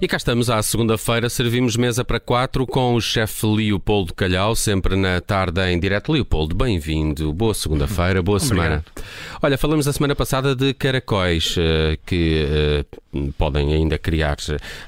E cá estamos à segunda-feira, servimos mesa para quatro com o chefe Leopoldo Calhau, sempre na tarde em direto. Leopoldo, bem-vindo. Boa segunda-feira, boa semana. Olha, falamos a semana passada de caracóis eh, que eh, podem ainda criar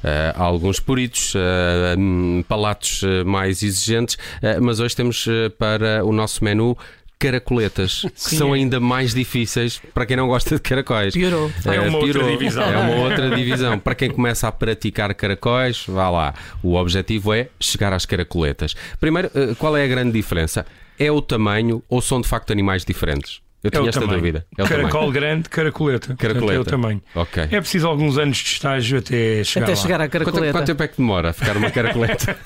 eh, alguns puritos, eh, hum, palatos eh, mais exigentes, eh, mas hoje temos eh, para o nosso menu caracoletas, que são ainda mais difíceis para quem não gosta de caracóis. Piorou. Eh, É uma outra divisão. É uma outra divisão. Para quem começa a praticar caracóis, vá lá. O objetivo é chegar às caracoletas. Primeiro, eh, qual é a grande diferença? É o tamanho ou são de facto animais diferentes? Eu tinha esta dúvida. É o Caracol tamanho. grande, caracoleta. Portanto, Caracoleta. É o tamanho. Ok. É preciso alguns anos de estágio até chegar Até lá. chegar à Quanto, caracoleta. quanto tempo é que demora a ficar uma caracoleta?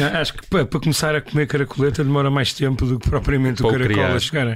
Ah, Acho que pa- para, começar a comer caracoleta demora mais tempo do que propriamente Para o o caracol criar. a chegar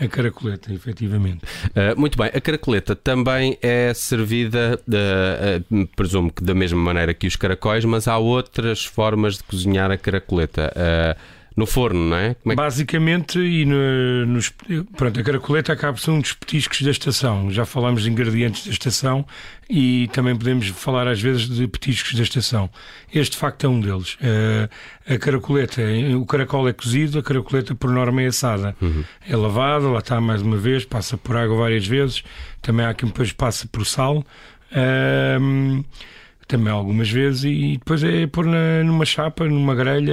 a, a caracoleta, efetivamente. Eh, muito bem, a caracoleta também é servida, eh, eh, presumo que da mesma maneira que os caracóis, mas há outras formas de cozinhar a caracoleta. Eh, no forno, não é? Como é que- Basicamente, e no- nos, pronto, a caracoleta acaba por ser um dos petiscos da estação. Já falámos de ingredientes da estação e também podemos falar às vezes de petiscos da estação. Este de facto é um deles. Eh, a caracoleta, eh, o caracol é cozido, a caracoleta por norma é assada. Uhum. É lavada, lá está mais uma vez, passa por água várias vezes, também há quem depois passa por sal. Ahm, também algumas vezes e depois é pôr na- numa chapa, numa grelha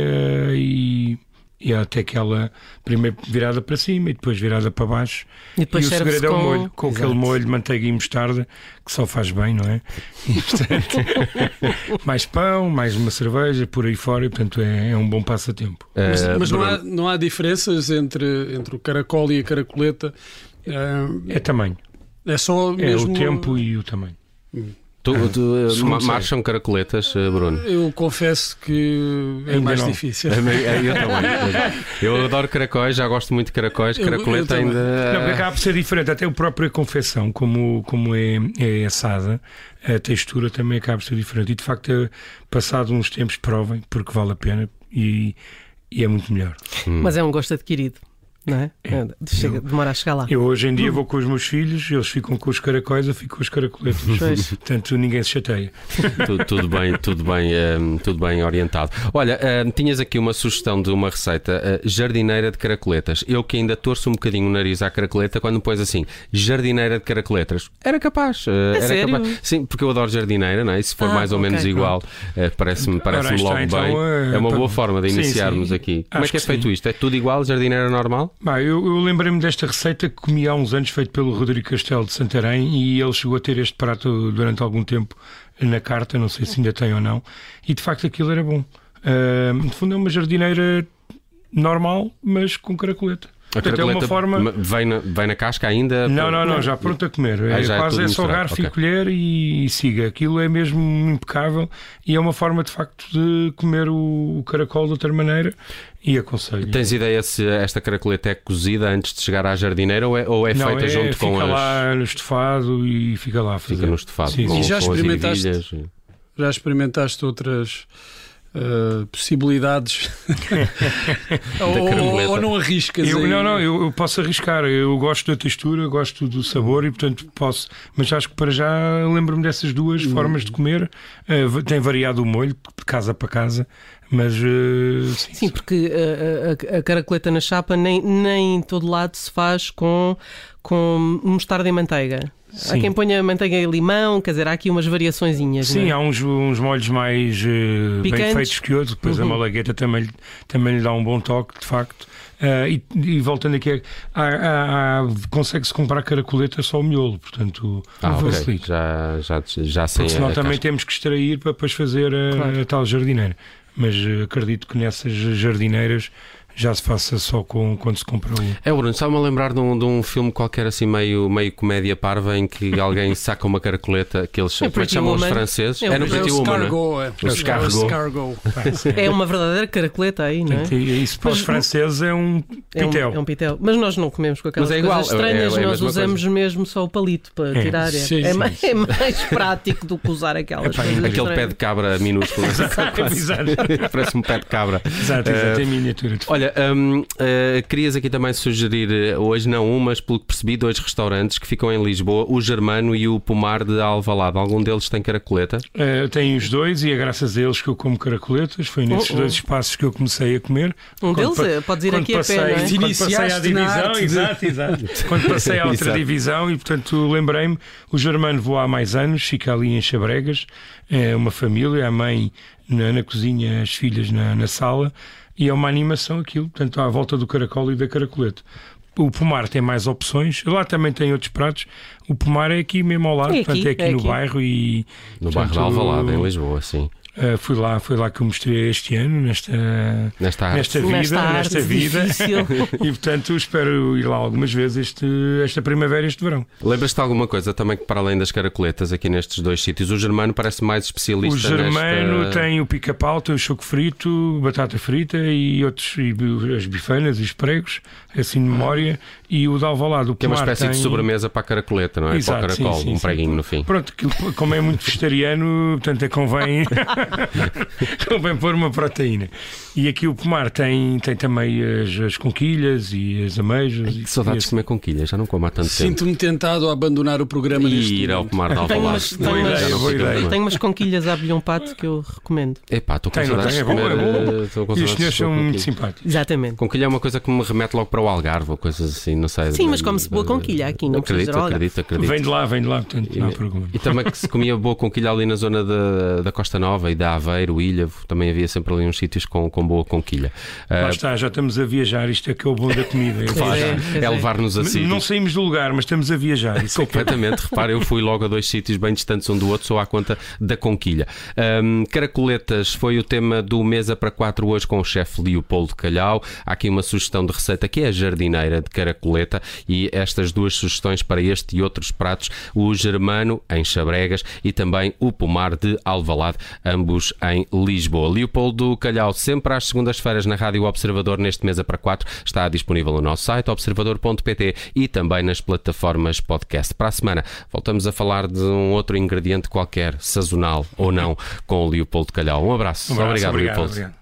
e, e até que ela primeiro virada para cima e depois virada para baixo. E depois o serve-se segredo é o com- molho, com aquele Exato. molho de manteiga e mostarda que só faz bem, não é? E, portanto, mais pão, mais uma cerveja por aí fora e portanto é, é um bom passatempo. Mas, Eh, mas não, é Bruno, há, não há diferenças entre, entre o caracol e a caracoleta. Ah, É tamanho, É só é mesmo. o tempo e o tamanho. tu, tu, eh, segundo ma- sei. marcham caracoletas, eh, Bruno? Eu confesso que é Ainda mais não. difícil. É meio- é, Eu também. Eu adoro caracóis, já gosto muito de caracóis. Eu- Caracoleta eu também. Não, porque ainda. acaba por ser diferente, até a própria confecção, como, como é, é assada, a textura também acaba por ser diferente. E de facto, eh, passado uns tempos, provem, porque vale a pena e, e é muito melhor. Mas é um gosto adquirido, não é? Chega- demora a chegar lá. Eu hoje em dia vou com os meus filhos, eles ficam com os caracóis, eu fico com os caracoletas. Pois. Portanto, ninguém se chateia. Tu- tudo bem, tudo bem, ehm, tudo bem orientado. Olha, ehm, tinhas aqui uma sugestão de uma receita eh, jardineira de caracoletas. Eu que ainda torço um bocadinho o nariz à caracoleta quando pões assim jardineira de caracoletas. Era capaz. eh, era sério? capaz. Sim, porque eu adoro jardineira, não é? E se for Ah, mais ou ok. menos igual, eh, parece-me parece está, logo então, bem. eh, é uma pá. boa forma de Sim, iniciarmos sim. aqui. Como é Acho que é que feito sim. isto? É tudo igual, jardineira normal? Bah, eu eu lembrei-me desta receita que comi há uns anos, feito pelo Rodrigo Castelo de Santarém, e ele chegou a ter este prato durante algum tempo na carta, não sei se ainda tem ou não, e de facto aquilo era bom. Ah, no fundo, é uma jardineira normal, mas com caracoleta. Portanto, é uma forma. ma- vem, na, vem na casca ainda? Não, não, não, já pronto a comer. Ah, É já é quase tudo é só misturado, garfo ok. e colher e, siga. Aquilo é mesmo impecável e é uma forma de facto de comer o, o caracol de outra maneira e aconselho. Tens ideia se esta caracoleta é cozida antes de chegar à jardineira ou é, ou é feita é- junto com fica as. lá no estofado e fica lá a fazer. Fica no estofado. Sim, com, sim. E já com as experimentaste? ervilhas. Já experimentaste outras ah, possibilidades? ou, ou- ou não arriscas? Eu, aí? não, não, eu, eu posso arriscar. Eu gosto da textura, gosto do sabor e, portanto, posso. Mas acho que para já lembro-me dessas duas Hum. formas de comer. Eh, va- tem variado o molho, de casa para casa, mas. eh, sim, Sim, porque eh, a, a- a caracoleta na chapa nem, nem em todo lado se faz com, com mostarda e manteiga. Há Sim. quem ponha manteiga e limão, quer dizer, há aqui umas variaçõezinhas. Sim, não é? há uns, uns molhos mais eh, Picantes. Uhum. bem feitos que outros. Depois a malagueta também, lhe- também lhe dá um bom toque, de facto. Ah, e, e voltando aqui, há- há- há- consegue-se comprar caracoleta só o miolo, portanto, Ah, ok. é, facilita. Já, já, já sei. Porque senão a também casca. temos que extrair para depois fazer a, Claro. a tal jardineira. Mas eh, acredito que nessas jardineiras já se faça só com, quando se compra o. É, Bruno, estava-me a lembrar de um, de um filme qualquer assim, meio, meio comédia parva, em que alguém saca uma caracoleta que eles como é que Pretty chamam os Woman. franceses. É o Era no É o Pretty Woman. não é? escargot, é. O escargot. É o escargot. É uma verdadeira caracoleta aí, não é? Portanto, e- e Isso para os Mas- franceses é um É um, pitel. é um pitel. Mas nós não comemos com aquelas Mas é coisas igual, é- estranhas, é a nós mesma usamos mesmo só o palito para É, tirar. É, sim, é sim, mais, é mais prático do que usar aquelas Epá, coisas. Aquele pé estranhas. de cabra minúsculo. Exato, exato, Parece um pé de cabra. exato, exato, é miniatura. de facto. Olha, hum, eh, querias aqui também sugerir, eh, hoje não um, mas pelo que percebi, dois restaurantes que ficam em Lisboa, o Germano e o Pomar de Alvalade. Algum deles tem caracoleta? Eh, tenho os dois e é graças a eles que eu como caracoletas. Foi nesses Oh, oh. dois espaços que eu comecei a comer. Um Quando deles pa- é- podes ir quando aqui a pé, passei- não é? Quando passei à Iniciaste na divisão, arte de- exato, exato. Quando passei à outra Exato. divisão e, portanto, lembrei-me, o Germano voa há mais anos, fica ali em Chabregas, é uma família, a mãe na, na cozinha, as filhas na, na sala, e é uma animação aquilo, portanto, à volta do caracol e da caracoleta. O Pomar tem mais opções, lá também tem outros pratos. O Pomar é aqui mesmo ao lado, É aqui, portanto, é aqui é no aqui. bairro e. No bairro de portanto, Alvalade, em Lisboa, sim. Uh, fui lá, foi lá que eu mostrei este ano, nesta, Nesta arte. nesta vida, Nesta arte nesta vida. difícil. e portanto espero ir lá algumas vezes este, esta primavera, este verão. Lembras-te de alguma coisa também que para além das caracoletas aqui nestes dois sítios? O Germano parece mais especialista o germano nesta... tem o pica-pau, tem o choco frito, batata frita e outros e bi- as bifanas e os pregos, assim de memória, e o de Alvalade, o Que é uma pomar, espécie de tem- sobremesa para a caracoleta, não é? Exato, para o caracol, sim, sim, um sim. preguinho no fim. Pronto, aquilo, como é muito vegetariano, portanto, é convém, convém pôr uma proteína. E aqui o pomar tem, tem também as, as conquilhas e as ameijas. e- Que saudades e de comer conquilhas, já não como há tanto tempo. Sinto-me tentado a abandonar o programa neste E ir ao momento. pomar de Alvalade. umas- tenho umas- Já não Boa fica ideia. bem. Tenho umas conquilhas à bilhão pato que eu recomendo. Epá, estou com Tem, não saudades tem? de É bom, comer. é bom. um eh, estou com E os saudades de senhores comer são muito conquilhas. simpáticos. Exatamente. Conquilha é uma coisa que me remete logo para o Algarve ou coisas assim, não sei. Sim, mas come-se boa conquilha aqui, não acredito, precisa ir ao Algarve. acredito, acredito. Vem de lá, vem de lá, portanto, não há E- problema. E também que se comia boa conquilha ali na zona da, da Costa Nova e da Aveiro, Ilhavo, também havia sempre ali uns sítios com, com boa conquilha. Ah, Lá está, já estamos a viajar, isto é que é o bom da comida. é lá é, está. viajar. pois é é. levar-nos a N- Não sítios. saímos do lugar, mas estamos a viajar. Isso é que é Completamente, repare, eu fui logo a dois sítios bem distantes um do outro, só à conta da conquilha. Ahm, caracoletas foi o tema do Mesa para Quatro hoje com o chefe Leopoldo Calhau. Há aqui uma sugestão de receita que é a jardineira de caracoleta e estas duas sugestões para este e outros pratos, o germano em Chabregas e também o pomar de Alvalade, ambos em Lisboa. Leopoldo Calhau, sempre às segundas-feiras na Rádio Observador, neste Mesa para Quatro, está disponível no nosso site observador.pt e também nas plataformas podcast. Para a semana, voltamos a falar de um outro ingrediente qualquer, sazonal ou não, com o Leopoldo Calhau. Um abraço. Um abraço, obrigado, obrigado, Leopoldo. obrigado.